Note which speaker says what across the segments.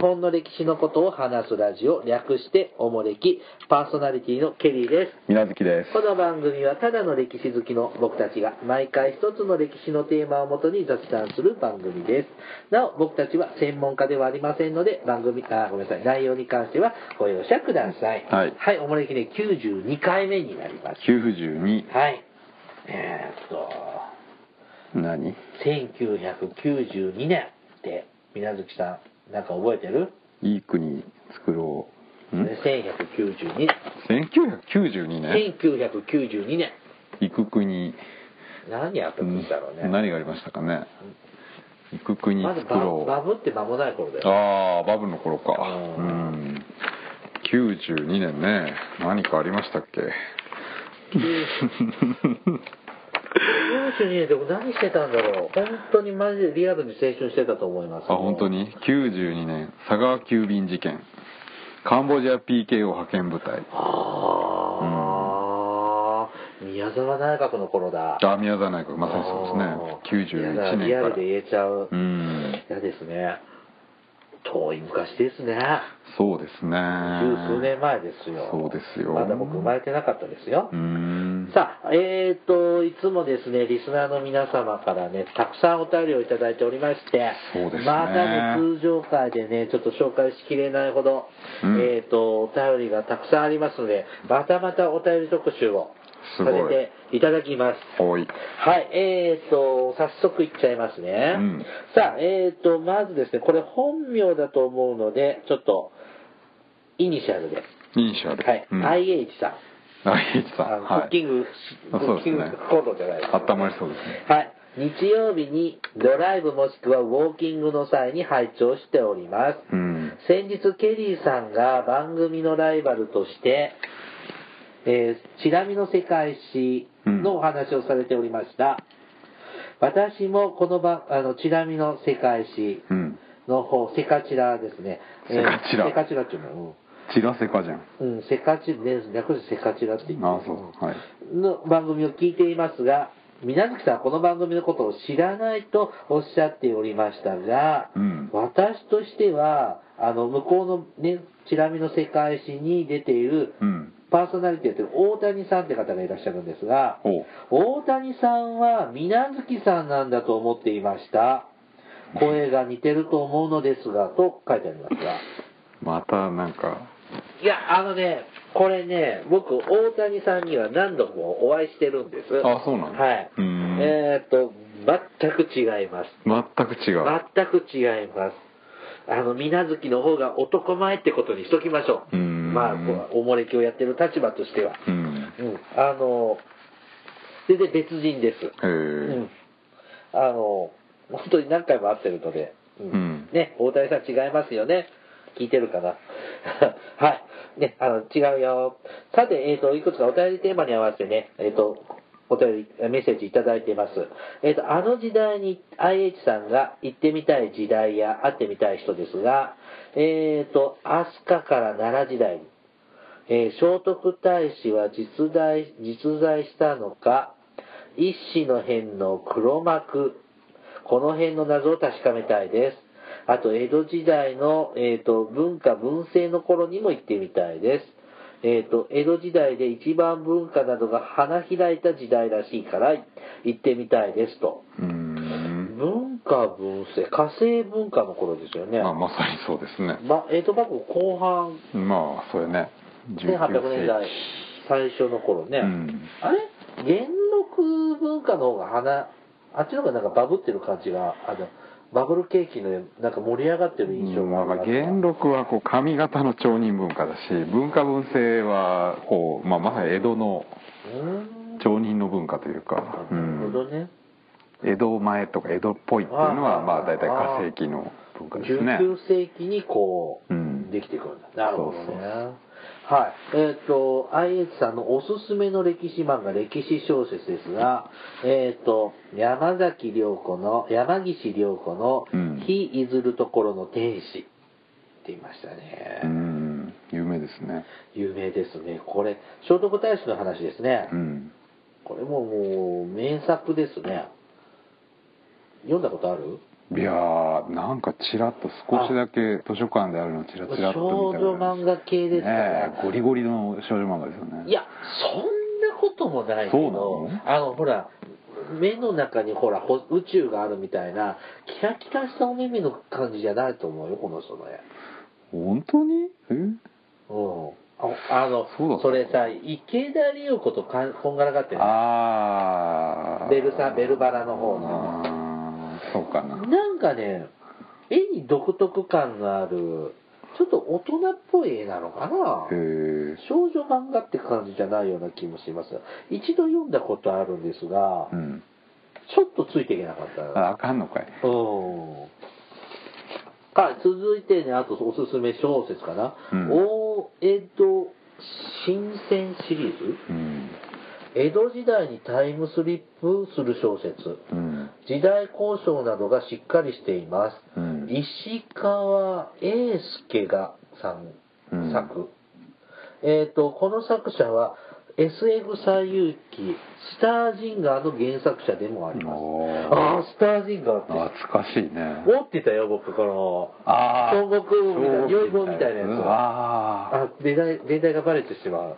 Speaker 1: 本の歴史のことを話すラジオ、略しておもれき、パーソナリティのケリーです。
Speaker 2: みなずきです。
Speaker 1: この番組はただの歴史好きの僕たちが毎回一つの歴史のテーマをもとに雑談する番組です。なお、僕たちは専門家ではありませんので、番組、あ、ごめんなさい、内容に関してはご容赦ください。
Speaker 2: はい
Speaker 1: はい、おもれきね、92回目になります。
Speaker 2: 92、
Speaker 1: はい。えーっと、
Speaker 2: 何
Speaker 1: 1992年って、みなずきさん、なんか覚えてる
Speaker 2: いい国作ろう。ん
Speaker 1: ?1192
Speaker 2: 1992年
Speaker 1: 1992年。
Speaker 2: 行く国、
Speaker 1: 何やった
Speaker 2: うん
Speaker 1: だろうね。
Speaker 2: 何がありましたかね行く国
Speaker 1: まだ
Speaker 2: 作
Speaker 1: バブバ
Speaker 2: ろ
Speaker 1: ブって間もない頃だ
Speaker 2: う。
Speaker 1: よ。
Speaker 2: ああ、バブルの頃か。
Speaker 1: う
Speaker 2: うんん。92年ね。何かありましたっけ
Speaker 1: 92年で何してたんだろう。本当にマジでリアルに青春してたと思います。
Speaker 2: あ、本当に ?92 年、佐川急便事件。カンボジア PKO 派遣部隊。
Speaker 1: ああ、宮沢内閣の頃だ。
Speaker 2: あ宮沢内閣まさにそうですね
Speaker 1: あー
Speaker 2: 91年
Speaker 1: リア
Speaker 2: か
Speaker 1: ル
Speaker 2: ら
Speaker 1: で言えちゃう。
Speaker 2: うん
Speaker 1: 嫌ですね。遠い昔ですね。
Speaker 2: そうですね
Speaker 1: 十数年前ですよ。
Speaker 2: そうですよ
Speaker 1: まだ僕生まれてなかったですよ。
Speaker 2: うーん
Speaker 1: さあ、えーと、いつもですね、リスナーの皆様からね、たくさんお便りをいただいておりまして、
Speaker 2: そうですね
Speaker 1: まだね、通常回でね、ちょっと紹介しきれないほど、
Speaker 2: うん
Speaker 1: えーと、お便りがたくさんありますので、またまたお便り特集を
Speaker 2: す
Speaker 1: さ
Speaker 2: ごい
Speaker 1: せていただきます。
Speaker 2: はい
Speaker 1: はい、えーと、早速いっちゃいますね。
Speaker 2: うん
Speaker 1: さあ、えーと、まずですね、これ本名だと思うので、ちょっと、イニシャルで。
Speaker 2: イニシャル
Speaker 1: はい、
Speaker 2: うん、
Speaker 1: IH さん。
Speaker 2: IH さ
Speaker 1: あ
Speaker 2: ん
Speaker 1: の
Speaker 2: は
Speaker 1: クッキ
Speaker 2: い
Speaker 1: ング、
Speaker 2: あ
Speaker 1: ク
Speaker 2: そう
Speaker 1: ッ
Speaker 2: で
Speaker 1: キ
Speaker 2: す
Speaker 1: ング
Speaker 2: ね
Speaker 1: コードじゃないですか。
Speaker 2: 温まりそうですね
Speaker 1: はい。日曜日にドライブもしくはウォーキングの際に拝聴しております。
Speaker 2: うん
Speaker 1: 先日、ケリーさんが番組のライバルとして、えー、チラ見の世界史のお話をされておりました。私もこの番、あの、チラ見の世界史
Speaker 2: うん
Speaker 1: の方、セカチラですね。
Speaker 2: セカチラ
Speaker 1: セカチラっていうの、うん
Speaker 2: チラセカじゃん
Speaker 1: うん、セカチね、略してセカチラって言って
Speaker 2: あそうはい
Speaker 1: の番組を聞いていますが、皆月さんはこの番組のことを知らないとおっしゃっておりましたが、
Speaker 2: うん
Speaker 1: 私としては、あの、向こうのね、チラ見の世界史に出ている
Speaker 2: うん
Speaker 1: パーソナリティという大谷さんって方がいらっしゃるんですが、
Speaker 2: おう
Speaker 1: 大谷さんは皆月さんなんだと思っていました。声が似てると思うのですが、と書いてありますが。
Speaker 2: またなんか
Speaker 1: いや、あのね、これね、僕、大谷さんには何度もお会いしてるんです。
Speaker 2: あそうなの
Speaker 1: はい。
Speaker 2: うーん
Speaker 1: えーっと、全く違います。
Speaker 2: 全く違う
Speaker 1: 全く違います。あの、水無月の方が男前ってことにしときましょう。
Speaker 2: うーん
Speaker 1: まあ、こうおもれきをやってる立場としては。
Speaker 2: うん
Speaker 1: うん。あの、全然別人です。
Speaker 2: へえ
Speaker 1: うん。あの、本当に何回も会ってるので、うん
Speaker 2: うん
Speaker 1: ね、大谷さん違いますよね。聞いてるかな。 はい。ね、あの、違うよ。さて、えっ、と、いくつかお便りテーマに合わせてね、えっ、と、お便り、メッセージいただいています。えっ、と、あの時代に IH さんが行ってみたい時代や会ってみたい人ですが、えっ、と、飛鳥から奈良時代に、えー聖徳太子は実在実在したのか一子の辺の黒幕この辺の謎を確かめたいですあと江戸時代の、えー、と文化文政の頃にも行ってみたいですえー、と江戸時代で一番文化などが花開いた時代らしいから行ってみたいですと
Speaker 2: うーん
Speaker 1: 文化文政火星文化の頃ですよね、
Speaker 2: まあまさにそうですね
Speaker 1: ま、江戸幕府後半
Speaker 2: まあそうやね
Speaker 1: 1800年代最初の頃ね、
Speaker 2: うん
Speaker 1: あれ元禄文化の方が花あっちの方がなんかバブってる感じがあのバブル景気のなんか盛り上がってる印象があ
Speaker 2: ま
Speaker 1: りま
Speaker 2: あ
Speaker 1: すが
Speaker 2: 元禄はこう上方の町人文化だし文化文政はこう、まあ、まさに江戸の
Speaker 1: うーん
Speaker 2: 町人の文化というか、う
Speaker 1: なるほど
Speaker 2: ん、
Speaker 1: ね、
Speaker 2: 江戸前とか江戸っぽいっていうの
Speaker 1: あ
Speaker 2: は
Speaker 1: ー
Speaker 2: まあ大体化石の文化ですね
Speaker 1: 19世紀にこう、
Speaker 2: うん
Speaker 1: できてくるんだなるほどね
Speaker 2: そうそう
Speaker 1: はいえっ、と IH さんのおすすめの歴史漫画歴史小説ですがえっ、と山崎涼子の山岸涼子の
Speaker 2: うん
Speaker 1: 「日いずるところの天使」って言いましたね、
Speaker 2: うん有名ですね
Speaker 1: 有名ですねこれ聖徳太子の話ですね、
Speaker 2: うん
Speaker 1: これももう名作ですね読んだことある
Speaker 2: いやーなんかちらっと少しだけ図書館であるのちらちらっと
Speaker 1: 少
Speaker 2: 見たぐ
Speaker 1: 女
Speaker 2: らい
Speaker 1: 漫画系ですから、
Speaker 2: ねえゴリゴリの少女漫画ですよね
Speaker 1: いや、そんなこともないけ
Speaker 2: そうな
Speaker 1: ど
Speaker 2: の、
Speaker 1: あの、ほら、目の中にほら、ほ宇宙があるみたいな、キラキラしたお目目の感じじゃないと思うよ、この人の絵。
Speaker 2: 本当に
Speaker 1: う
Speaker 2: え
Speaker 1: ん。ああの、
Speaker 2: そうだ
Speaker 1: それさ、池田理代子とかんこんがらがってる。
Speaker 2: ああ
Speaker 1: ベルサベルバラの方の
Speaker 2: のそうかな
Speaker 1: なんかね、絵に独特感のある、ちょっと大人っぽい絵なのかな
Speaker 2: へえ
Speaker 1: 少女漫画って感じじゃないような気もします。一度読んだことあるんですが、
Speaker 2: うん
Speaker 1: ちょっとついていけなかったな。
Speaker 2: ああかんのかい
Speaker 1: うん。はい、続いてね、あとおすすめ小説かな。
Speaker 2: うん
Speaker 1: 大江戸新鮮シリーズ。
Speaker 2: うん
Speaker 1: 江戸時代にタイムスリップする小説。
Speaker 2: うん
Speaker 1: 時代交渉などがしっかりしています。
Speaker 2: うん
Speaker 1: 石川英介がさん
Speaker 2: うん
Speaker 1: 作、えっ、とこの作者は SF 最有機スタージンガーの原作者でもあります
Speaker 2: おー
Speaker 1: ああスタージンガーって
Speaker 2: 懐かしいね
Speaker 1: 持ってたよ僕この
Speaker 2: ああ
Speaker 1: 孫悟空みたいな如意棒みたいなやつ
Speaker 2: あ
Speaker 1: あ年代年代がバレてしまう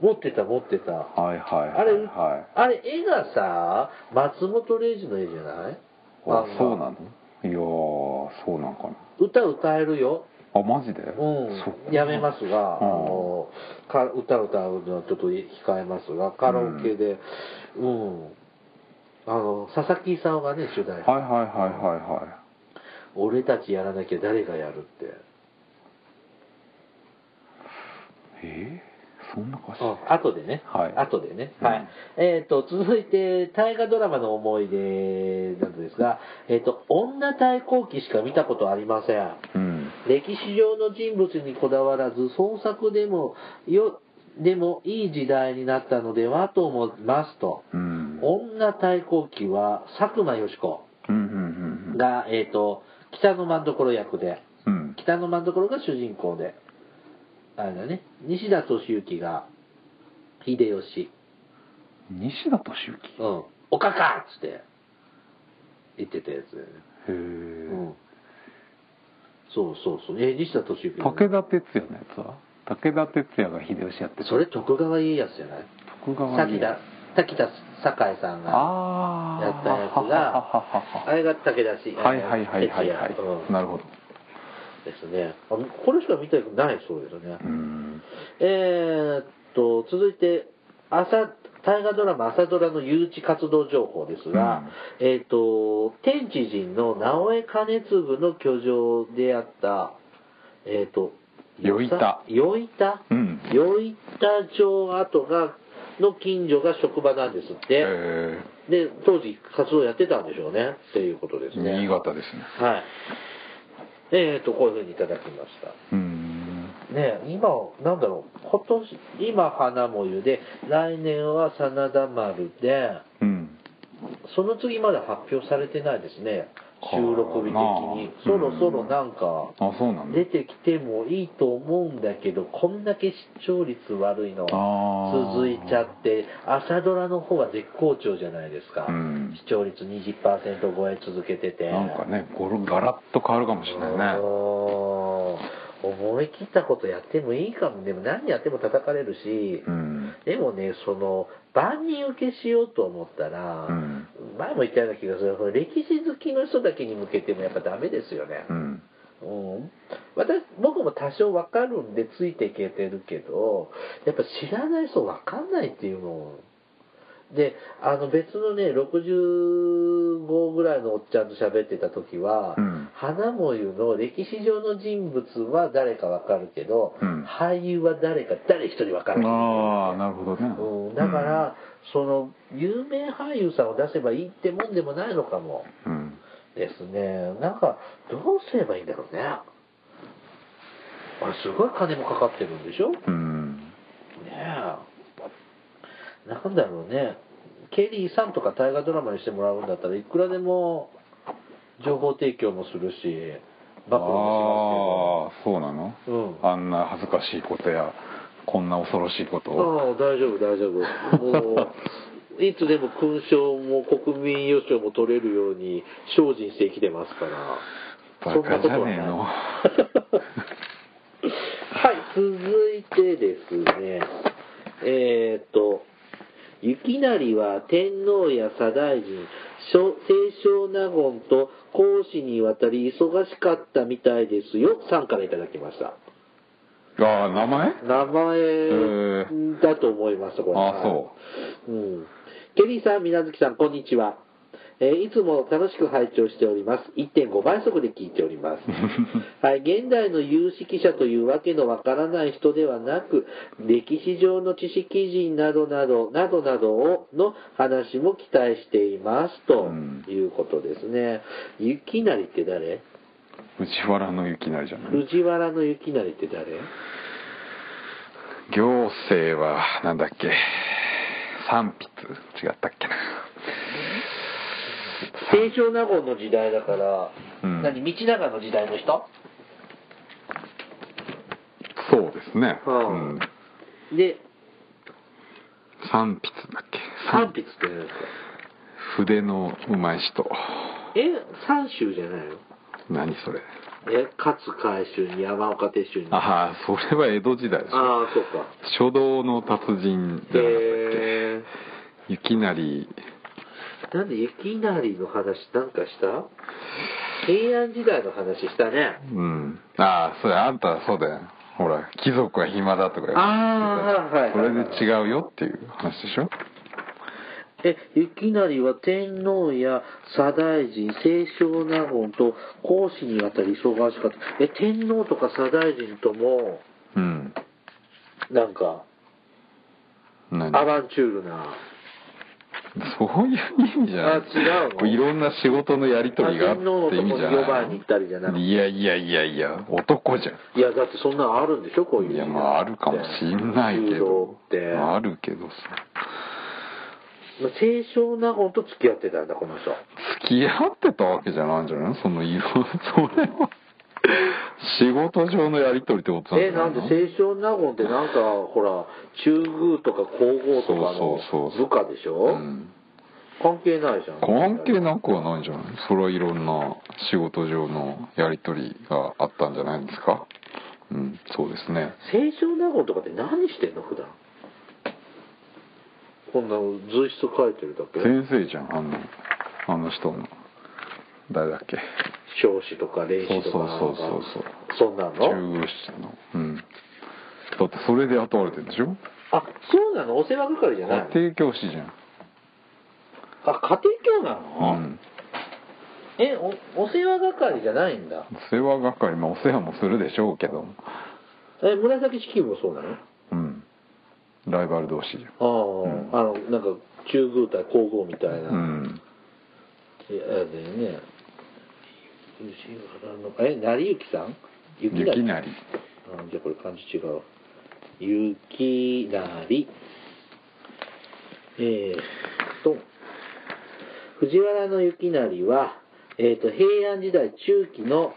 Speaker 1: 持ってた持ってた
Speaker 2: あはいはい
Speaker 1: あれ、
Speaker 2: はい
Speaker 1: あれ絵がさ松本零士の絵じゃない
Speaker 2: あ
Speaker 1: 漫画
Speaker 2: そうなのいやーそうなんかな
Speaker 1: 歌歌えるよ
Speaker 2: あマジで
Speaker 1: う
Speaker 2: そ
Speaker 1: ん、やめますが、
Speaker 2: うん
Speaker 1: あのか歌歌うのはちょっと控えますがカラオケで、うんあの佐々木さんがね主題、
Speaker 2: はいはいはいはいはい
Speaker 1: 俺たちやらなきゃ誰がやる」って
Speaker 2: えー、そんな歌詞
Speaker 1: あ後でね、
Speaker 2: はい
Speaker 1: 後でね、
Speaker 2: うん
Speaker 1: はいえー、と続いて大河ドラマの思い出なのですが、えー、と女対抗期しか見たことありません
Speaker 2: うん
Speaker 1: 歴史上の人物にこだわらず創作でもよでもいい時代になったのではと思いますと、
Speaker 2: うん
Speaker 1: 女対抗期は佐久間よし子
Speaker 2: うんうん
Speaker 1: が、えー、と北の真所役で
Speaker 2: うんうん
Speaker 1: 北の真所が主人公であれだね西田敏行が秀吉、
Speaker 2: 西田敏行へ
Speaker 1: うん、おかかっつって言ってたやつだよね、
Speaker 2: え、
Speaker 1: うん、そうそうそうえ西田敏行
Speaker 2: 武田鉄矢のやつは武田鉄矢が秀吉やってた
Speaker 1: それ徳川家康じゃない
Speaker 2: 徳川
Speaker 1: 滝
Speaker 2: 家
Speaker 1: 田滝田栄さんが
Speaker 2: ああ
Speaker 1: やったや つがあれが武田氏
Speaker 2: はいはいはいはいは
Speaker 1: 哲也う
Speaker 2: い
Speaker 1: ん
Speaker 2: なるほど
Speaker 1: ですねあこれしか見たくないそうですね、
Speaker 2: うん
Speaker 1: えーっと続いて朝大河ドラマ朝ドラの誘致活動情報ですが、えーっと天智人の直江兼次の居城であったえーっと
Speaker 2: よいた
Speaker 1: よいた
Speaker 2: うん
Speaker 1: よいた城跡がの近所が職場なんですって、
Speaker 2: え
Speaker 1: で、当時活動やってたんでしょうね、っていうことですね。
Speaker 2: 新潟ですね
Speaker 1: はい。えっ、と、こういうふうにいただきました。
Speaker 2: うん
Speaker 1: ねえ今、なんだろう、今年、今、花もゆで、来年は真田丸で、
Speaker 2: うん
Speaker 1: その次まだ発表されてないですね、収録日的に
Speaker 2: あ。ー
Speaker 1: そろそろなんか、
Speaker 2: あそうなんだ
Speaker 1: 出てきてもいいと思うんだけど、こんだけ視聴率悪いの
Speaker 2: あー
Speaker 1: 続いちゃって、朝ドラの方は絶好調じゃないですか。
Speaker 2: うん
Speaker 1: 視聴率20%超え続けてて。
Speaker 2: なんかねゴロガラッと変わるかもしれないうね
Speaker 1: ーん思い切ったことやってもいいかも。でも何やっても叩かれるし、
Speaker 2: うん
Speaker 1: でもね、その、万人受けしようと思ったら、
Speaker 2: うん
Speaker 1: 前も言ったような気がするその歴史好きの人だけに向けてもやっぱダメですよね。
Speaker 2: うん
Speaker 1: うん、私僕も多少わかるんでついていけてるけどやっぱ知らない人わかんないっていうもんであの別のね65ぐらいのおっちゃんと喋ってた時は、
Speaker 2: うん
Speaker 1: 花もゆの歴史上の人物は誰かわかるけど、
Speaker 2: うん
Speaker 1: 俳優は誰か誰一人わからない、
Speaker 2: ああなるほどね
Speaker 1: うん、だから、その有名俳優さんを出せばいいってもんでもないのかも。
Speaker 2: うん
Speaker 1: ですね。なんか、どうすればいいんだろうね。あれ、すごい金もかかってるんでしょね
Speaker 2: うん
Speaker 1: え。なんだろうね。ケリーさんとか大河ドラマにしてもらうんだったらいくらでも情報提供もするし、暴露もし
Speaker 2: ああそうなの
Speaker 1: ますけど。うん。
Speaker 2: あんな恥ずかしいことやこんな恐ろしいことを
Speaker 1: ああ、大丈夫、大丈夫。もう、 いつでも勲章も国民予賞も取れるように精進して生きてますから。
Speaker 2: バカじゃねえの
Speaker 1: そんな ことはないはい、続いてですね、えーっと、雪成は天皇や左大臣、諸清少納言と講師にわたり忙しかったみたいですよ、さんからいただきました。
Speaker 2: ああ名前
Speaker 1: 名
Speaker 2: へ
Speaker 1: 前だと思います、これ。。
Speaker 2: あそう
Speaker 1: うん。ケリーさん、みなずきさん、こんにちは。えーいつも楽しく拝聴しております。1.5倍速で聞いており ます。はい、現代の有識者というわけのわからない人ではなく、歴史上の知識人などなど、などなどをの話も期待しています。と
Speaker 2: うん
Speaker 1: いうことですね。雪成って誰
Speaker 2: 藤原の雪成じゃない
Speaker 1: 藤原の雪成って誰
Speaker 2: 行政はなんだっけ三筆違ったっけな
Speaker 1: 清少納言の時代だから、
Speaker 2: うん
Speaker 1: 何道長の時代の人
Speaker 2: そうですね、
Speaker 1: う
Speaker 2: うんん、
Speaker 1: で
Speaker 2: 三筆だっけ
Speaker 1: 三筆って何ですか
Speaker 2: 筆のうまい人
Speaker 1: え三州じゃないの
Speaker 2: 何それ
Speaker 1: え勝海舟に山岡鉄舟にあ
Speaker 2: ああそれは江戸時代でしょ
Speaker 1: あーそうか
Speaker 2: 書道の達人じゃなかったっけ
Speaker 1: え
Speaker 2: 雪成
Speaker 1: ー、なんで雪成の話なんかした平安時代の話したね
Speaker 2: うんああそれあんたそうだよほら貴族は暇だとか言
Speaker 1: あーはいはいはい
Speaker 2: それで違うよっていう話でしょ
Speaker 1: え、雪成は天皇や左大臣、清少納言と皇嗣にわたり忙しかった。え、天皇とか左大臣とも、
Speaker 2: うん
Speaker 1: なんか、ア
Speaker 2: 何
Speaker 1: バンチュールな。
Speaker 2: そういう意味じゃな
Speaker 1: あ
Speaker 2: い
Speaker 1: 違うの
Speaker 2: こいろんな仕事のやり取りがあって意味じゃ
Speaker 1: 天皇とこに呼ば
Speaker 2: な
Speaker 1: れ
Speaker 2: い
Speaker 1: に行ったりじゃなくて
Speaker 2: いやいやいやいや男じゃん
Speaker 1: いや、だってそんなのあるんでしょ、こういう。
Speaker 2: いやまああるかもしんないけ
Speaker 1: 柔道
Speaker 2: ど
Speaker 1: って。
Speaker 2: あるけどさ
Speaker 1: まあ清少納言と付き合ってたんだ、この人。
Speaker 2: 付き合ってたわけじゃないんじゃないそのいろそれは仕事上のやり取りってこと
Speaker 1: え、な
Speaker 2: な
Speaker 1: んん
Speaker 2: じ
Speaker 1: で
Speaker 2: ゃないの
Speaker 1: 清少納言ってなんか、ほら、中宮とか皇后とかの
Speaker 2: そうそうそうそ
Speaker 1: 部
Speaker 2: う
Speaker 1: 下でしょ
Speaker 2: うん
Speaker 1: 関係ないじゃん。
Speaker 2: 関係なくはないんじゃないそれはいろんな仕事上のやり取りがあったんじゃないですかうんそうですね
Speaker 1: 清少納言とかって何してんの普段こんな随筆書いてるだけ
Speaker 2: 先生じゃんあのあの人の誰だっけ
Speaker 1: 表紙とか練習とかなんか
Speaker 2: そうそうそう
Speaker 1: そんなの
Speaker 2: 中室のうんだってそれで雇われてるんでしょ
Speaker 1: あそうなのお世話係じゃないの
Speaker 2: 家庭教師じゃん
Speaker 1: あ家庭教なの、
Speaker 2: うん
Speaker 1: えおお世話係じゃないんだ
Speaker 2: お世話係まあお世話もするでしょうけど
Speaker 1: え紫式部もそうなの
Speaker 2: うんライバル同士じ
Speaker 1: ああ、あのなんか中宮対皇后みたい
Speaker 2: ゃ
Speaker 1: な、
Speaker 2: んうん
Speaker 1: いやだよね吉原のえ成幸さん
Speaker 2: 雪
Speaker 1: だっけ
Speaker 2: 成
Speaker 1: あじゃあこれ漢字違う。ゆきなり。えー、っと、藤原のゆきなりは、えーっと、平安時代中期の、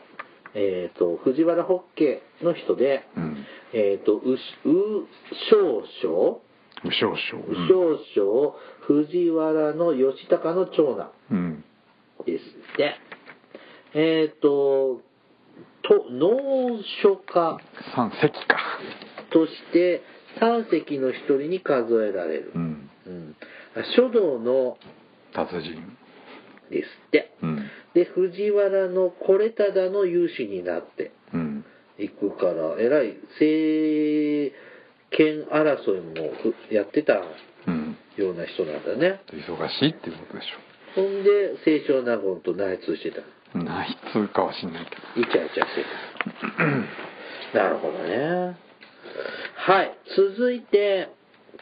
Speaker 1: えーっと、藤原北家の人で、
Speaker 2: うん
Speaker 1: えーっと、うし、う、少々
Speaker 2: 無償賞
Speaker 1: う少々、藤原の義高の長男。
Speaker 2: うん
Speaker 1: ですって。えーっ、と、と、農書家
Speaker 2: 三席か
Speaker 1: として三席の一人に数えられる
Speaker 2: う。ん
Speaker 1: うん、書道の
Speaker 2: 達人
Speaker 1: ですって。
Speaker 2: うん
Speaker 1: で、藤原のこれただの有志になって
Speaker 2: うん
Speaker 1: いくから、えらい政権争いもふやってた
Speaker 2: うん
Speaker 1: ような人なんだね。
Speaker 2: 忙しいっていうことでし
Speaker 1: ほんで、清少納言と内通してた。
Speaker 2: ょない通かはしんないけど
Speaker 1: イチャイチャしてた。なるほどね。はい。続いて、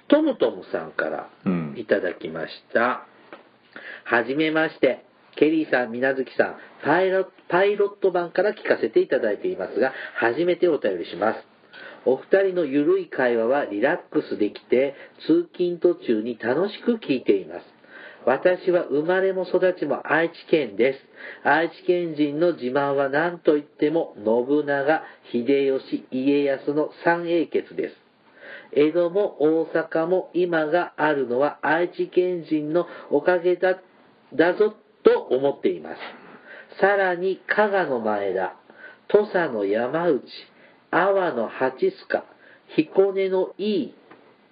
Speaker 1: トムトムさんから
Speaker 2: うん
Speaker 1: いただきました。はじめまして。ケリーさん、みなずきさん、パイロパイロット版から聞かせていただいていますが、初めてお便りします。お二人のゆるい会話はリラックスできて、通勤途中に楽しく聞いています。私は生まれも育ちも愛知県です。愛知県人の自慢は何といっても、信長、秀吉、家康の三英傑です。江戸も大阪も今があるのは愛知県人のおかげだ、だぞと思っています。さらに、加賀の前田、土佐の山内、阿波の八須賀、彦根の井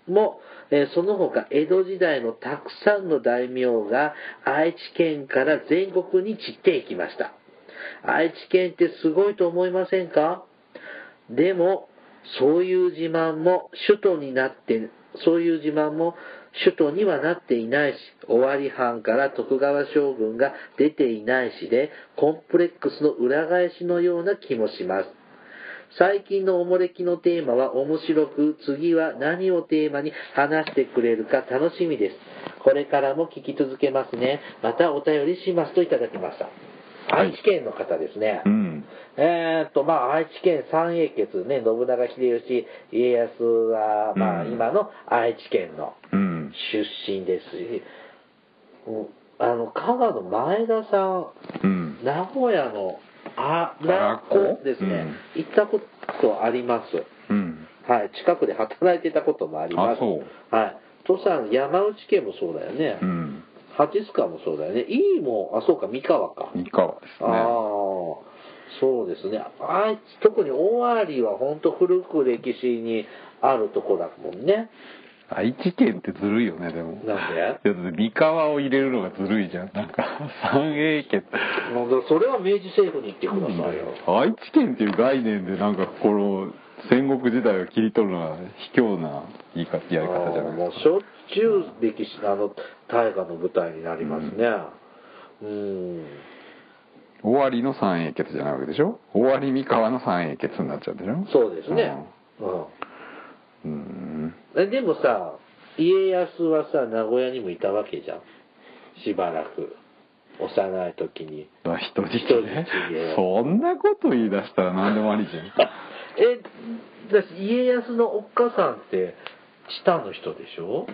Speaker 1: も、えーその他江戸時代のたくさんの大名が愛知県から全国に散っていきました。愛知県ってすごいと思いませんかでも、そういう自慢も首都になって、そういう自慢も首都にはなっていないし、尾張藩から徳川将軍が出ていないしで、コンプレックスの裏返しのような気もします。最近のおもれきのテーマは面白く、次は何をテーマに話してくれるか楽しみです。これからも聞き続けますね。またお便りしますといただきました。
Speaker 2: はい
Speaker 1: 愛知県の方ですね。
Speaker 2: うん。
Speaker 1: えーっと、まあ、愛知県三英傑ね、信長秀吉、家康は、まあ、
Speaker 2: うん
Speaker 1: 今の愛知県の
Speaker 2: うん。
Speaker 1: 出身ですし、うんあの、香川の前田さん、
Speaker 2: うん。
Speaker 1: 名古屋のあ
Speaker 2: ら
Speaker 1: ら
Speaker 2: こ
Speaker 1: こですね、行ったことあります。
Speaker 2: うん。
Speaker 1: はい、近くで働いてたこともあります。
Speaker 2: あそう
Speaker 1: はい。土佐の山内家もそうだよね。
Speaker 2: うん。
Speaker 1: 八須賀もそうだよね。いいも、あ、そうか、三河か。
Speaker 2: 三河です
Speaker 1: ああ
Speaker 2: ね。
Speaker 1: そうですねあいつ特に大張は本当古く歴史にあるとこだもんね
Speaker 2: 愛知県ってずるいよね、でも。
Speaker 1: なんで
Speaker 2: いやだって三河を入れるのがずるいじゃん。なんか、 三英傑。
Speaker 1: なんだそれは明治政府に言ってくださいよ、
Speaker 2: 愛知県っていう概念でなんかこの戦国時代を切り取るのは卑怯な言い方やり方じゃ
Speaker 1: あー
Speaker 2: な
Speaker 1: も
Speaker 2: いうです
Speaker 1: しょっちゅう歴史あの大河の舞台になりますねうん
Speaker 2: か尾張の三英傑じゃないわけでしょ尾張三河の三英傑になっちゃうでしょ
Speaker 1: そうですね、うん
Speaker 2: うん
Speaker 1: えでもさ家康はさ名古屋にもいたわけじゃんしばらく幼い時に
Speaker 2: まあ人質ね
Speaker 1: 人質で
Speaker 2: そんなこと言い出したら何でもありじゃん
Speaker 1: え、だし家康のおっかさんって、知多の人でしょ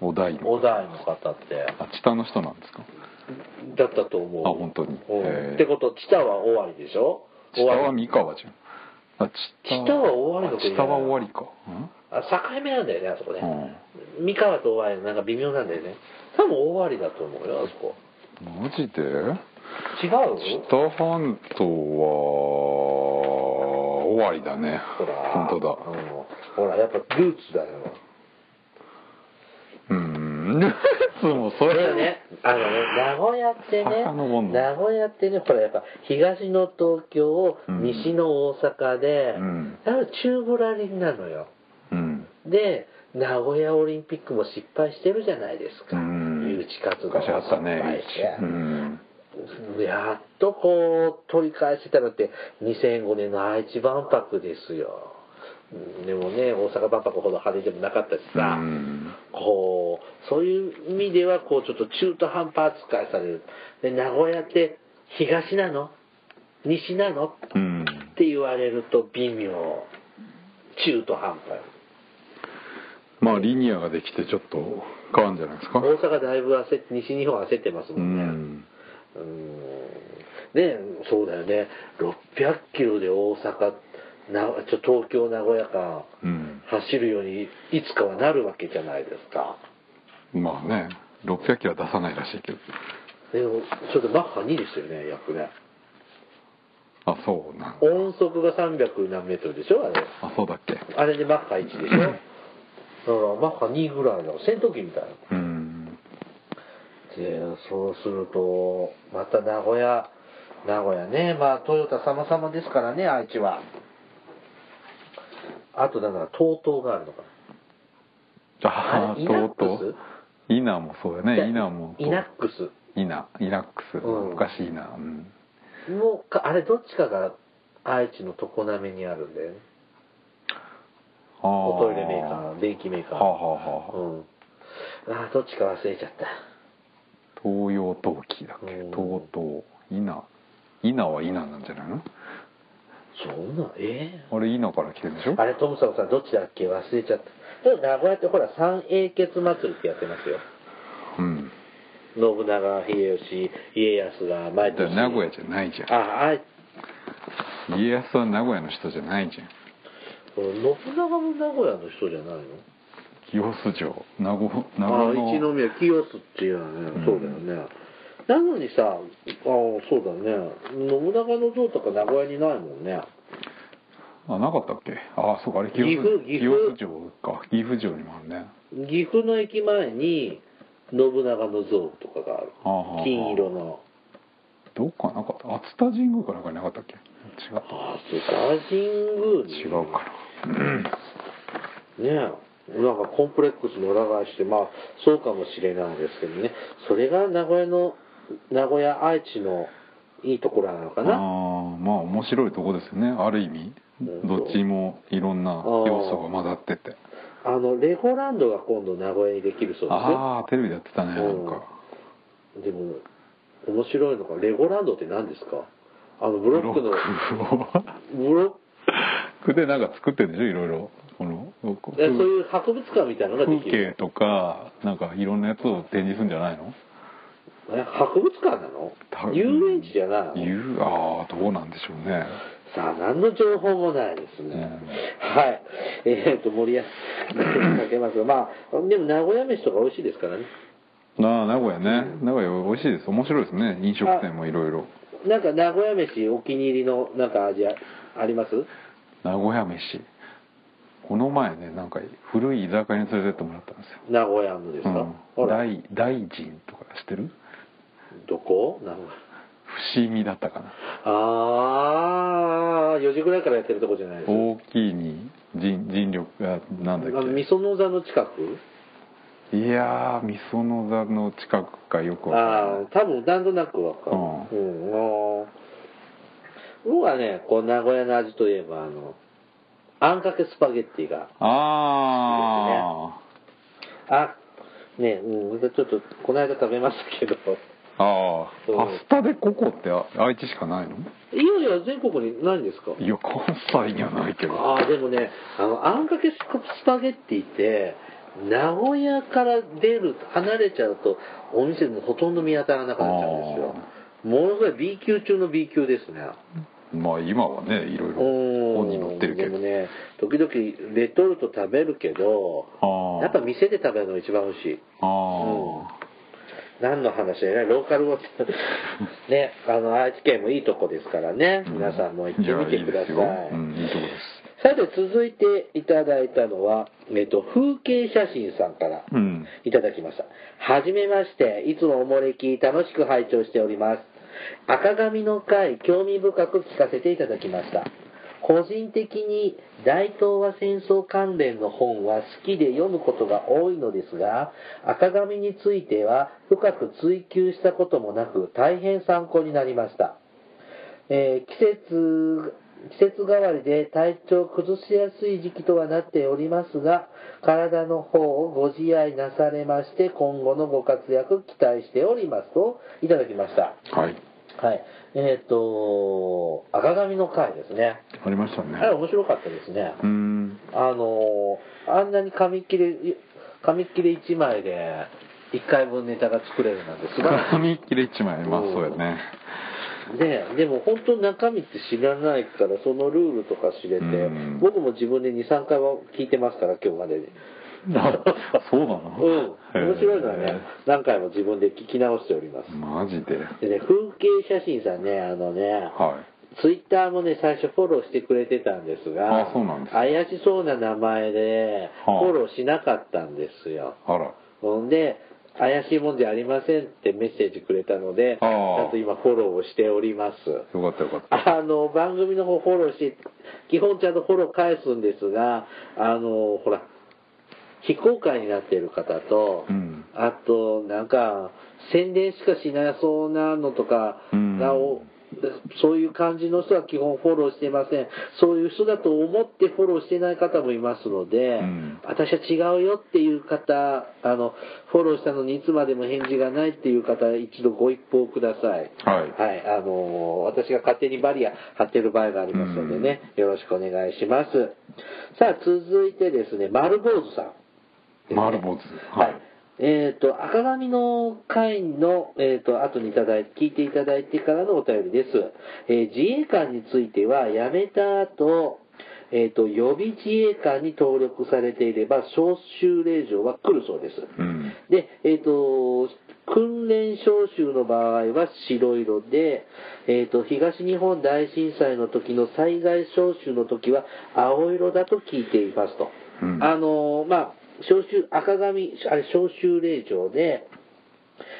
Speaker 2: お題の
Speaker 1: お代の方って。
Speaker 2: あ下の人なんですか
Speaker 1: だったと思う。
Speaker 2: あ本当に
Speaker 1: うん
Speaker 2: へえ
Speaker 1: ってこと、知多は終わりでしょ
Speaker 2: 下は
Speaker 1: 尾張
Speaker 2: 三河じゃんあ
Speaker 1: 知多は尾張の国
Speaker 2: 下は尾張か
Speaker 1: あ境目なんだよね、あそこね。
Speaker 2: う
Speaker 1: 三河と尾張のなんか微妙なんだよね。多分尾張だと思うよ、あそこ。
Speaker 2: うんマジで
Speaker 1: 違
Speaker 2: 知
Speaker 1: う
Speaker 2: 多半島は尾張だね
Speaker 1: ほら。
Speaker 2: 本当
Speaker 1: う
Speaker 2: だ
Speaker 1: んほら、やっぱルーツだよ。
Speaker 2: うーん いつもそ
Speaker 1: だか
Speaker 2: れ
Speaker 1: らね、あのね、名古屋ってね、
Speaker 2: 遡んの
Speaker 1: 名古屋ってね、ほらやっぱ東の東京、
Speaker 2: うん
Speaker 1: 西の大阪で、
Speaker 2: うん
Speaker 1: だから中ぶらりんなのよ。
Speaker 2: うん
Speaker 1: で、名古屋オリンピックも失敗してるじゃないです
Speaker 2: う
Speaker 1: か。
Speaker 2: ん
Speaker 1: 誘致活動も
Speaker 2: 昔あった
Speaker 1: 失敗
Speaker 2: ね
Speaker 1: して
Speaker 2: うん
Speaker 1: やっとこう取り返してたのって2005年の愛知万博ですよ。うんでもね、大阪万博ほど派手でもなかったしさ、
Speaker 2: うん
Speaker 1: こう、そういう意味では、こう、ちょっと中途半端扱いされる。で、名古屋って東なの西なのっ
Speaker 2: うん
Speaker 1: て言われると微妙。中途半端。
Speaker 2: まあリニアができてちょっと変わるんじゃないです
Speaker 1: 大
Speaker 2: か
Speaker 1: 阪だいぶ焦って、西日本焦ってますも
Speaker 2: うん
Speaker 1: ね。
Speaker 2: ん
Speaker 1: うーんねそうだよね600キロで大阪なちょ東京名古屋間
Speaker 2: うん
Speaker 1: 走るようにいつかはなるわけじゃないですか
Speaker 2: まあね600キロは出さないらしいけど
Speaker 1: でもそれでマッハ2ですよね約ね
Speaker 2: あそうなん
Speaker 1: 音速が300何メートルでしょあれ
Speaker 2: あそうだっけ
Speaker 1: あれでマッハ1でしょだからマッハ2ぐらいの戦闘機みたいな
Speaker 2: うん
Speaker 1: でそうするとまた名古屋名古屋ねまあトヨタ様々ですからね愛知はあとだから TOTO があるのか
Speaker 2: あ
Speaker 1: あれ
Speaker 2: あ
Speaker 1: イナッ
Speaker 2: とう
Speaker 1: クス
Speaker 2: とうイナもそうだ
Speaker 1: な
Speaker 2: ねイナも
Speaker 1: イナックス
Speaker 2: イナイナックス
Speaker 1: うん
Speaker 2: 昔イナうん
Speaker 1: もうかあれどっちかが愛知の常滑にあるんだよね
Speaker 2: あー
Speaker 1: おトイレメーカー電気メーカー
Speaker 2: はあはあはあ
Speaker 1: うんあーどっちか忘れちゃった
Speaker 2: 東洋陶器だっけ
Speaker 1: うん
Speaker 2: 東東稲稲は稲なんじゃないの
Speaker 1: そんなえー
Speaker 2: あれ稲から来てるでしょ
Speaker 1: あれ、トムさんさん、どっちだっけ忘れちゃった。でも名古屋ってほら、三英傑祭りってやってますよ。
Speaker 2: うん
Speaker 1: 信長、秀吉、家康が
Speaker 2: だ
Speaker 1: 毎
Speaker 2: から
Speaker 1: 年。
Speaker 2: 名古屋じゃないじゃ
Speaker 1: あ、あい、
Speaker 2: ん家康は名古屋の人じゃないじゃん
Speaker 1: これ信長も名古屋の人じゃないの
Speaker 2: 清須城名古
Speaker 1: あ
Speaker 2: 名
Speaker 1: あ
Speaker 2: 古
Speaker 1: 一
Speaker 2: の
Speaker 1: 宮清須っていうのはね、
Speaker 2: うん
Speaker 1: そうだよねなのにさああそうだね信長の像とか名古屋にないもんね
Speaker 2: あなかったっけあそうかあれ清
Speaker 1: 岐阜
Speaker 2: 須
Speaker 1: 岐
Speaker 2: 清
Speaker 1: 阜
Speaker 2: 須城か岐阜城にもあるね
Speaker 1: 岐阜の駅前に信長の像とかがある
Speaker 2: ああああ
Speaker 1: 金色の
Speaker 2: どっかなかった熱田神宮かなんかになかったっけ違う
Speaker 1: ああそうか神宮に
Speaker 2: 違うか
Speaker 1: ねえなんかコンプレックスの裏返しでまあそうかもしれないですけどねそれが名古屋の名古屋愛知のいいところなのか
Speaker 2: なああ
Speaker 1: な
Speaker 2: まあ面白いとこですよねある意味
Speaker 1: うん
Speaker 2: どっちもいろんな要素が混ざってて
Speaker 1: あのレゴランドが今度名古屋にできるそう
Speaker 2: ああテレビでやってたねなんか
Speaker 1: ですよでも面白いのがレゴランドって何ですかあのブロックの
Speaker 2: を
Speaker 1: ブロック
Speaker 2: 服でなんか作ってるでしょいろいろこの
Speaker 1: いやそういう博物館みたいなのがで
Speaker 2: 風
Speaker 1: きる
Speaker 2: 景とかなんかいろんなやつを展示するんじゃないの
Speaker 1: え博物館なの
Speaker 2: 多分
Speaker 1: 遊園地じゃないの
Speaker 2: 遊ああどうなんでしょうね
Speaker 1: さあ、何の情報もないですね。
Speaker 2: うん
Speaker 1: はい。えっ、と、森安かけますが、まあ、でも名古屋飯とか美味しいですからね。
Speaker 2: ああ名古屋ね名古屋美味しいです面白いですね飲食店もいろいろ
Speaker 1: なんか名古屋飯お気に入りのなんか味ああります
Speaker 2: 名古屋飯この前ねなんか古い居酒屋に連れてってもらったんですよ
Speaker 1: 名古屋のですか、
Speaker 2: う
Speaker 1: ほ
Speaker 2: ん、
Speaker 1: ら、
Speaker 2: 大大臣とか知ってる
Speaker 1: どこ名古屋。
Speaker 2: 伏見だったかな
Speaker 1: あー、4時ぐらいからやってるとこじゃないですか。
Speaker 2: 大きいに人人力がなんだっ
Speaker 1: あの味噌の座の近く
Speaker 2: けいやーみその座の近くかよくわかん
Speaker 1: あ
Speaker 2: ない
Speaker 1: あ、多分なんとなくわかる。う。
Speaker 2: うん
Speaker 1: うん、僕はね、こう、名古屋の味といえば、あの、あんかけスパゲッティが。
Speaker 2: あ
Speaker 1: あ、ね、うん、ちょっと、この間食べました けど。
Speaker 2: ーあ
Speaker 1: そう
Speaker 2: ーパスタでココってあ愛知しかないの
Speaker 1: いやいや、全国にないんですか
Speaker 2: いや関西にはないけど
Speaker 1: ああ、でもね、あの、あんかけスパゲッティって、名古屋から出る、離れちゃうと、お店でもほとんど見当たらなくなっちゃうんですよ。ものすごい B 級中の B 級ですね。
Speaker 2: まあ今はねいろいろ
Speaker 1: う
Speaker 2: 本
Speaker 1: ん
Speaker 2: に載ってるけ
Speaker 1: で
Speaker 2: ど
Speaker 1: もね時々レトルト食べるけど
Speaker 2: ああ
Speaker 1: やっぱ店で食べるのが一番美味しい
Speaker 2: あ
Speaker 1: 何の話だよねローカルウォッチ ねあの愛知県もいいとこですからね
Speaker 2: ーうん
Speaker 1: 皆さんも行ってみてください,、
Speaker 2: やいいですよ、うん、いいとこです
Speaker 1: さて続いていただいたのは、えっと、風景写真さんから
Speaker 2: うん
Speaker 1: いただきました。はじめまして、いつもおもれき楽しく拝聴しております。赤髪の会、興味深く聞かせていただきました。個人的に大東亜戦争関連の本は好きで読むことが多いのですが、赤髪については深く追求したこともなく大変参考になりました。えー季節、季節変わりで体調を崩しやすい時期とはなっておりますが、体の方をご自愛なされまして、今後のご活躍期待しておりますと、いただきました。
Speaker 2: はい
Speaker 1: はい。えっ、と、赤髪の回ですね。
Speaker 2: ありましたね
Speaker 1: あれ面白かったですね。
Speaker 2: うん
Speaker 1: あのーあんなに紙切れ、紙切れ1枚で、1回分ネタが作れるなんて素晴らしい
Speaker 2: 紙切れ一枚まあ
Speaker 1: うん
Speaker 2: そうやね
Speaker 1: ねえでも本当中身って知らないからそのルールとか知れて、
Speaker 2: うん
Speaker 1: 僕も自分で23回は聞いてますから今日までに
Speaker 2: あそうなの
Speaker 1: うん面白いのはね、何回も自分で聞き直しております
Speaker 2: えーマジで
Speaker 1: でね風景写真さんねあのね
Speaker 2: はい
Speaker 1: ツイッターもね最初フォローしてくれてたんですが
Speaker 2: あそうなんです
Speaker 1: 怪しそうな名前でフ
Speaker 2: はあ
Speaker 1: ォローしなかったんですよ
Speaker 2: あら
Speaker 1: ほんで怪しいもんじゃありませんってメッセージくれたのでち
Speaker 2: ああ
Speaker 1: ゃんと今フォローをしております
Speaker 2: よかったよかった
Speaker 1: あの、番組の方フォローして、基本ちゃんとフォロー返すんですが、あの、ほら、非公開になっている方と、
Speaker 2: うん
Speaker 1: あと、なんか、宣伝しかしなそうなのとか、
Speaker 2: うん
Speaker 1: なおそういう感じの人は基本フォローしていません。そういう人だと思ってフォローしてない方もいますので、
Speaker 2: うん
Speaker 1: 私は違うよっていう方、あの、フォローしたのにいつまでも返事がないっていう方、一度ご一報ください。
Speaker 2: はい
Speaker 1: はい、あのー私が勝手にバリア張ってる場合がありますのでね、よろしくお願いします。さあ、続いてですね、丸坊主さんですね、
Speaker 2: 丸坊主
Speaker 1: は。
Speaker 2: はいい
Speaker 1: えっ、と、赤髪の会の、えっ、と、後にいただい聞いていただいてからのお便りです。えー自衛官については、辞めた後、えっ、と、予備自衛官に登録されていれば、招集令状は来るそうです。
Speaker 2: うん。
Speaker 1: で、えっ、と、訓練招集の場合は白色で、えっ、と、東日本大震災の時の災害招集の時は青色だと聞いていますと。
Speaker 2: うん
Speaker 1: あのーまあ、招集、赤紙、あれ、招集令状で、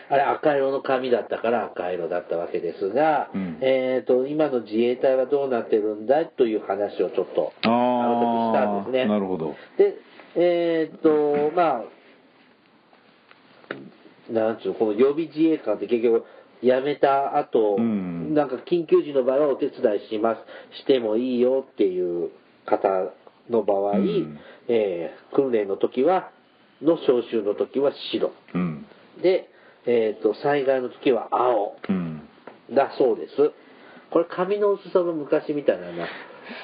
Speaker 1: あれ、赤色の紙だったから赤色だったわけですが、
Speaker 2: うん
Speaker 1: えっ、と、今の自衛隊はどうなってるんだという話をちょっと、
Speaker 2: あ
Speaker 1: の時したん
Speaker 2: あ
Speaker 1: ですね。
Speaker 2: なるほど。
Speaker 1: で、えーっと、まあ、なんつうの、この予備自衛官って結局、辞めた後、
Speaker 2: うん
Speaker 1: なんか緊急時の場合はお手伝いします、してもいいよっていう方の場合、
Speaker 2: うん
Speaker 1: えー訓練の時は、の招集の時は白。
Speaker 2: うん。
Speaker 1: で、えーっと、災害の時は青
Speaker 2: うん。
Speaker 1: だそうです。これ、紙の薄さも昔みたいなな。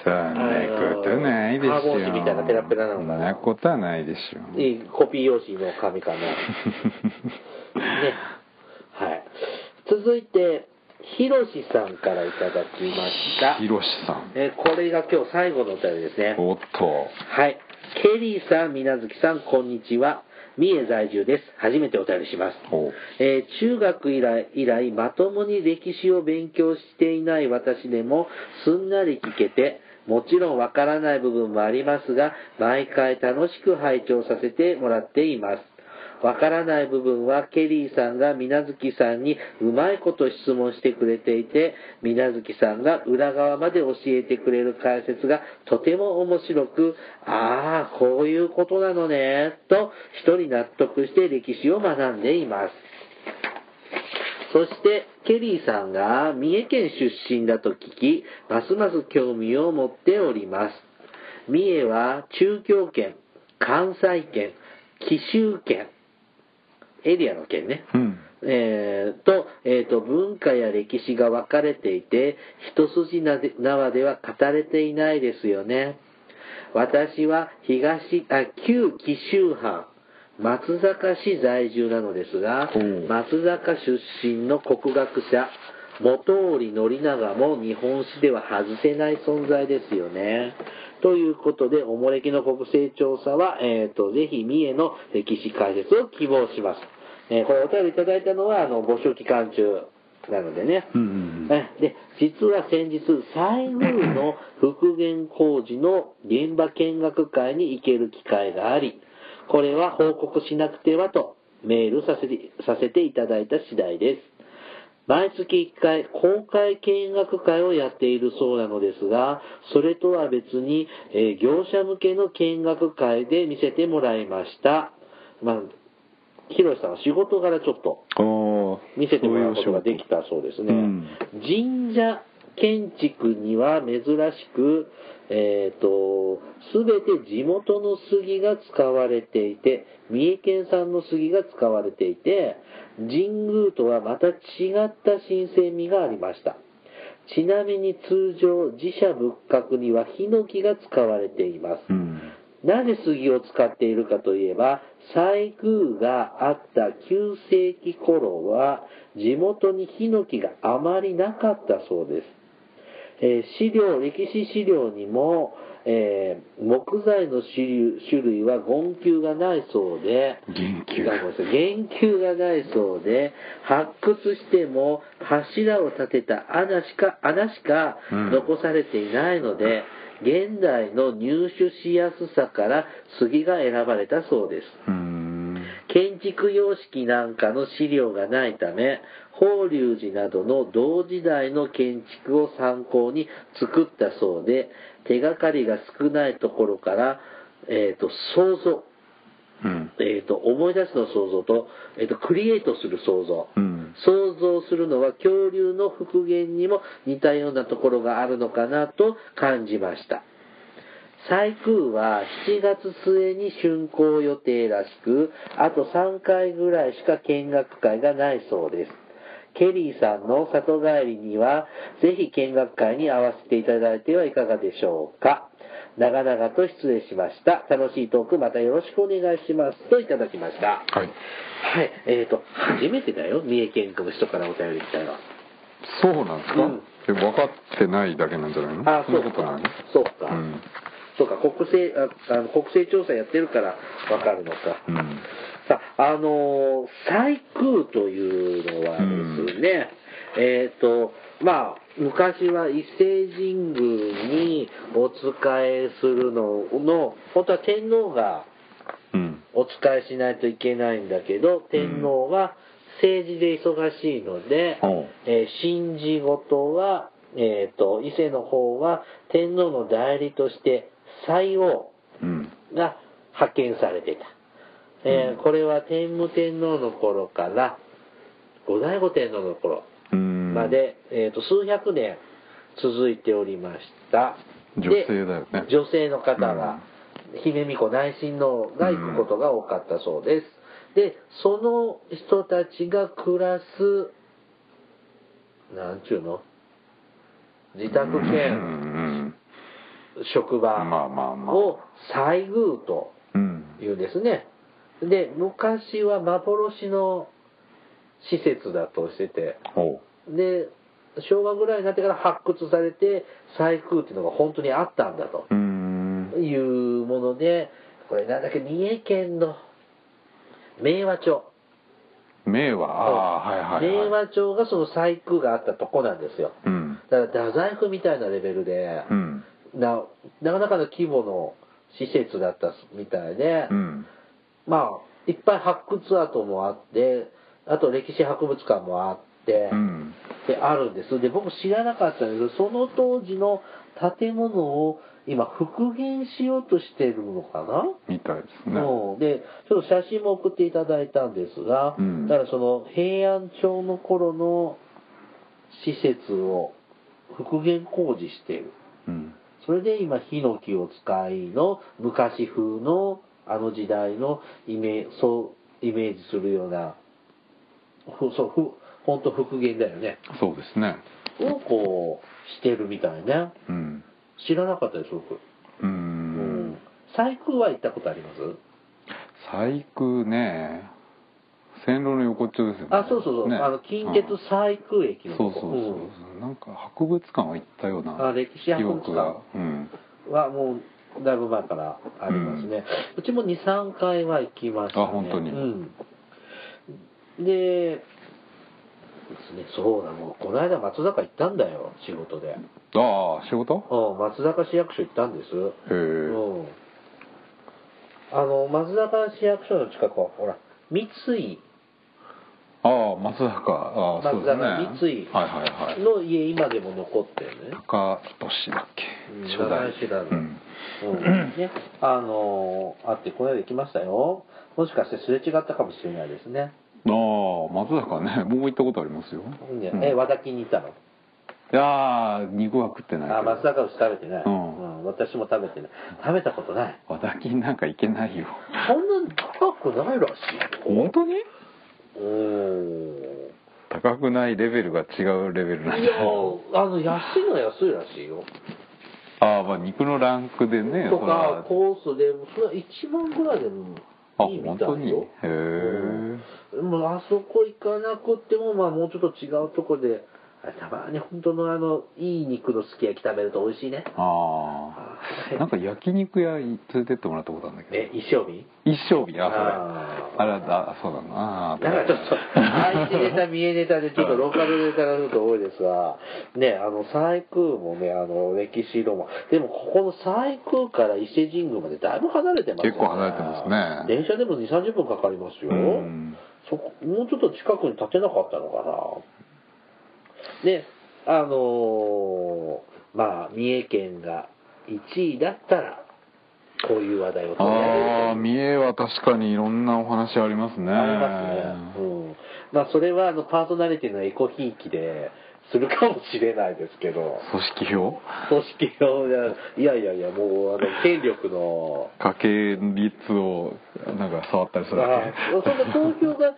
Speaker 2: そんなことないでしょ。
Speaker 1: カーボン紙みたいなペラペラなのかな
Speaker 2: そんなことはないでしょ。
Speaker 1: いいコピー用紙の紙かな。ね。はい。続いて、ひろしさんからいただきました。
Speaker 2: ひろしさん。
Speaker 1: えーこれが今日最後のお便りですね。
Speaker 2: おっと。
Speaker 1: はい。ケリーさん、みなずきさん、こんにちは。三重在住です。初めてお便りします。
Speaker 2: お
Speaker 1: えー中学以来以来まともに歴史を勉強していない私でもすんなり聞けてもちろんわからない部分もありますが毎回楽しく拝聴させてもらっていますわからない部分はケリーさんが水無月さんにうまいこと質問してくれていて水無月さんが裏側まで教えてくれる解説がとても面白くああこういうことなのねと一人納得して歴史を学んでいますそして、ケリーさんが三重県出身だと聞き、ますます興味を持っております。三重は中京圏、関西圏、紀州圏、エリアの圏ね。
Speaker 2: うん。
Speaker 1: えーと、えーと、文化や歴史が分かれていて、一筋縄では語れていないですよね。私は東、あ、旧紀州藩、松坂市在住なのですが
Speaker 2: ほう、
Speaker 1: 松坂出身の国学者、元織宣長も日本史では外せない存在ですよね。ということで、おもれきの国勢調査は、えーと、ぜひ三重の歴史解説を希望します。えーこれお便りいただいたのは、あの、募集期間中なのでね。
Speaker 2: うんうんうん
Speaker 1: ねで、実は先日、西宮の復元工事の現場見学会に行ける機会があり、これは報告しなくてはとメールさせてさせていただいた次第です。毎月1回公開見学会をやっているそうなのですが、それとは別に、えー業者向けの見学会で見せてもらいました。まあ、ひろしさんは仕事柄ちょっと
Speaker 2: おー
Speaker 1: 見せてもらうことができたそうですね。
Speaker 2: うん
Speaker 1: 神社建築には珍しく、えっ、と、すべて地元の杉が使われていて、三重県産の杉が使われていて、神宮とはまた違った新鮮味がありました。ちなみに通常、寺社仏閣にはヒノキが使われています。
Speaker 2: うん。
Speaker 1: なぜ杉を使っているかといえば、西宮があった9世紀頃は、地元にヒノキがあまりなかったそうです。えー資料、歴史資料にも、えー木材の種類種類は言及がないそうで、
Speaker 2: 元
Speaker 1: 言
Speaker 2: 気。
Speaker 1: 及がないそうで、発掘しても柱を立てた穴しか、穴しか
Speaker 2: うん
Speaker 1: 残されていないので、現代の入手しやすさから杉が選ばれたそうです。
Speaker 2: うん。
Speaker 1: 建築様式なんかの資料がないため、法隆寺などの同時代の建築を参考に作ったそうで、手がかりが少ないところから、えっ、と、想像、
Speaker 2: うん。
Speaker 1: えー、と思い出すの想像と,、えー、とクリエイトする想像、
Speaker 2: うん。
Speaker 1: 想像するのは恐竜の復元にも似たようなところがあるのかなと感じました西空は7月末に竣工予定らしくあと3回ぐらいしか見学会がないそうですケリーさんの里帰りにはぜひ見学会に合わせていただいてはいかがでしょうか長々と失礼しました楽しいトークまたよろしくお願いしますといただきました
Speaker 2: はい。
Speaker 1: はい、えーと、初めてだよ、三重県の人からお便り来たのは。
Speaker 2: そうなんですか、
Speaker 1: うん
Speaker 2: え分かってないだけなんじゃないの
Speaker 1: あ、そう
Speaker 2: こと
Speaker 1: か
Speaker 2: ない。
Speaker 1: そうか。
Speaker 2: うん
Speaker 1: そうか、国勢、ああの国勢調査やってるからわかるのか。
Speaker 2: うん。
Speaker 1: さあ、のー、最空というのはですね、えっ、と、まあ、昔は伊勢神宮にお仕えするのの、本当は天皇が
Speaker 2: うん。
Speaker 1: お仕えしないといけないんだけど、天皇は政治で忙しいので、
Speaker 2: おう
Speaker 1: えー神事事は、えっ、と、伊勢の方は天皇の代理として西王、
Speaker 2: うん。
Speaker 1: が派遣されてた、えー
Speaker 2: うん
Speaker 1: これは天武天皇の頃から後醍醐天皇の頃
Speaker 2: うん。
Speaker 1: まで、えー、と数百年続いておりました
Speaker 2: 女
Speaker 1: で
Speaker 2: 性だよね
Speaker 1: 女性の方が、姫巫女内親王が行くことが多かったそうです、でその人たちが暮らすなんちゅうの自宅
Speaker 2: う
Speaker 1: 兼
Speaker 2: ん
Speaker 1: 職
Speaker 2: まあ
Speaker 1: 場
Speaker 2: まあまあ。
Speaker 1: を西宮と
Speaker 2: うん。
Speaker 1: いうんですね。で、昔は幻の施設だとしてて、
Speaker 2: おう
Speaker 1: で、昭和ぐらいになってから発掘されて、再空っていうのが本当にあったんだと
Speaker 2: うん。
Speaker 1: いうもので、これなんだっけ、三重県の明和町。
Speaker 2: 名は、ああ、はいはい、はい。
Speaker 1: 明和町がその再空があったとこなんですよ。
Speaker 2: うん。
Speaker 1: だから太宰府みたいなレベルで、
Speaker 2: うん。
Speaker 1: ななかなかの規模の施設だったみたいで、
Speaker 2: うん。
Speaker 1: まあ、いっぱい発掘跡もあって、あと歴史博物館もあって、
Speaker 2: うん。
Speaker 1: で、あるんです。で、僕知らなかったんですけど、その当時の建物を今復元しようとしてるのかな、
Speaker 2: みたいですね。
Speaker 1: うん、で、ちょっと写真も送っていただいたんですが、
Speaker 2: うん
Speaker 1: だからその平安町の頃の施設を復元工事している。
Speaker 2: うん。
Speaker 1: それで今、ヒノキを使いの昔風のあの時代のイメージ、そう、イメージするような、ふそう、ふ、ほんと復元だよね。
Speaker 2: そうですね。
Speaker 1: をこう、してるみたいね。
Speaker 2: うん。
Speaker 1: 知らなかったです、僕。
Speaker 2: う。。
Speaker 1: うん細工は行ったことあります
Speaker 2: 細工ね。線路の横っちょですよね。
Speaker 1: あ、そうそうそう。
Speaker 2: ね
Speaker 1: あの、近鉄
Speaker 2: うん
Speaker 1: 細工駅の
Speaker 2: そ
Speaker 1: と
Speaker 2: う
Speaker 1: こ
Speaker 2: そうそうそう。なんか博物館は行ったよう
Speaker 1: あ
Speaker 2: な
Speaker 1: 歴史博物館
Speaker 2: 記憶が。うん。
Speaker 1: うんはもう、だいぶ前からありますね。うちも2、3回は行きました、ね。
Speaker 2: あ本当に
Speaker 1: うん。で、ですね、そうだ、もう、この間松坂行ったんだよ、仕事で。
Speaker 2: ああ、仕事
Speaker 1: うん、松坂市役所行ったんです。
Speaker 2: へえ。
Speaker 1: うん。あの、松坂市役所の近くは、ほら、三井
Speaker 2: ああ、松坂。ああ、そう
Speaker 1: 松
Speaker 2: ですね。
Speaker 1: 坂三井
Speaker 2: はいはいはい。
Speaker 1: の家、今でも残ってるね。
Speaker 2: 高俊だっけ
Speaker 1: うん。
Speaker 2: 初代。
Speaker 1: 初代だね
Speaker 2: うん。
Speaker 1: うんね、あのー、あってこの間行きましたよ。もしかしてすれ違ったかもしれないですね。
Speaker 2: ああ、松坂ね、僕も行ったことありますよ。
Speaker 1: ね
Speaker 2: うん
Speaker 1: え、和田木にいたの。
Speaker 2: いやー、肉は食ってないけど。
Speaker 1: あ、松坂牛食べてない、
Speaker 2: う
Speaker 1: うんん。私も食べてない。食べたことない。
Speaker 2: 和田金なんか行けないよ。
Speaker 1: そんなに高くないらしいよ。
Speaker 2: 本当に
Speaker 1: うーん。
Speaker 2: 高くないレベルが違うレベルなん
Speaker 1: い
Speaker 2: だ
Speaker 1: やあの、安いのは安いらしいよ。
Speaker 2: ああ、まあ肉のランクでね、
Speaker 1: と
Speaker 2: そら
Speaker 1: か、コースで、それは1万ぐらいでも
Speaker 2: あ、
Speaker 1: いい
Speaker 2: 本
Speaker 1: みた
Speaker 2: 当
Speaker 1: い
Speaker 2: に。
Speaker 1: よ
Speaker 2: へ。え。
Speaker 1: でもあそこ行かなくっても、まあもうちょっと違うとこで、あたまに本当のあの、いい肉のすき焼き食べると美味しいね。
Speaker 2: ああ。なんか焼肉屋に連れてってもらったことあるんだけど。
Speaker 1: え、一生日
Speaker 2: 一生日、あ、
Speaker 1: あ
Speaker 2: そ
Speaker 1: ー
Speaker 2: れ。あれだ、あそうだな。あー
Speaker 1: なんかちょっと、愛知ネタ、三重ネタで、ちょっとローカルネタがちょっと多いですが、ね、あの、西空もね、あの、歴史論も、でもここの西空から伊勢神宮までだいぶ離れてますよね。
Speaker 2: 結構離れてますね
Speaker 1: 電車でも2、30分かかりますよ。
Speaker 2: うん
Speaker 1: そこ、もうちょっと近くに立てなかったのかな。で、あのーまあ、三重県が1位だったら、こういう話題を取り上げるという
Speaker 2: ああ、三重は確かにいろんなお話ありますね。
Speaker 1: ありますね。うん。まあ、それは、あの、パーソナリティのエコひいきで、するかもしれないですけど、
Speaker 2: 組織票
Speaker 1: 組織の、いやいやいや、もう、あの、権力の、
Speaker 2: 家計率をなんか触ったりす
Speaker 1: あ
Speaker 2: るだ
Speaker 1: そんな投票が、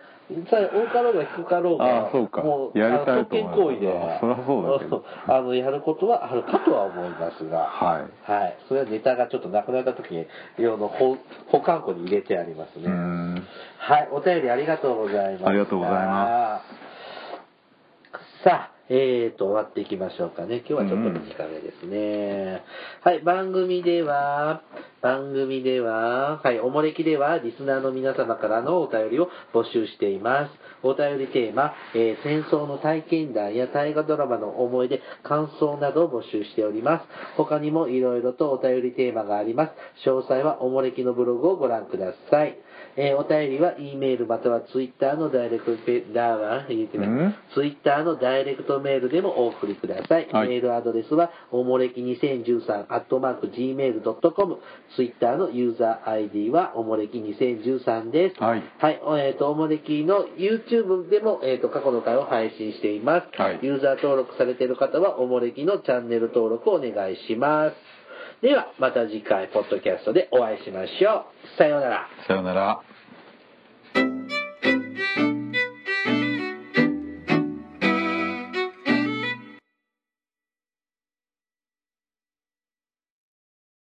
Speaker 1: さ多かろうが低かろうが、
Speaker 2: あそうか
Speaker 1: もう、
Speaker 2: やり
Speaker 1: あ
Speaker 2: た
Speaker 1: の
Speaker 2: い
Speaker 1: 特
Speaker 2: と
Speaker 1: 権
Speaker 2: 思
Speaker 1: 行為で
Speaker 2: えば、そりゃそうだけど
Speaker 1: あの、やることはあるかとは思いますが、。
Speaker 2: はい
Speaker 1: はい。それはネタがちょっとなくなった時に、いろいろ保保管庫に入れてあります
Speaker 2: け
Speaker 1: ね。
Speaker 2: うーん
Speaker 1: はい、お便りありがとうございます。。
Speaker 2: ありがとうございます
Speaker 1: さあ、えーと、終わっていきましょうかね。今日はちょっと短めですね。はい、番組では、番組では、はい、おもれきでは、リスナーの皆様からのお便りを募集しています。お便りテーマ、えー戦争の体験談や大河ドラマの思い出、感想などを募集しております。他にもいろいろとお便りテーマがあります。詳細はおもれきのブログをご覧ください。えーお便りは E メールまたは Twitter のダイレクトペ、ダーワン、言えてない
Speaker 2: ん
Speaker 1: ツイッターのダイレクトメールでもお送りください。
Speaker 2: はい
Speaker 1: メールアドレスは、おもれき2013、アットマーク、gmail.com。ツイッターのユーザー ID は、おもれき2013です。
Speaker 2: はい
Speaker 1: はい。おえっ、と、おもれきの YouTube でも、えっ、と、過去の回を配信しています。
Speaker 2: はい
Speaker 1: ユーザー登録されている方は、おもれきのチャンネル登録をお願いします。では、また次回、ポッドキャストでお会いしましょう。さようなら。
Speaker 2: さよなら。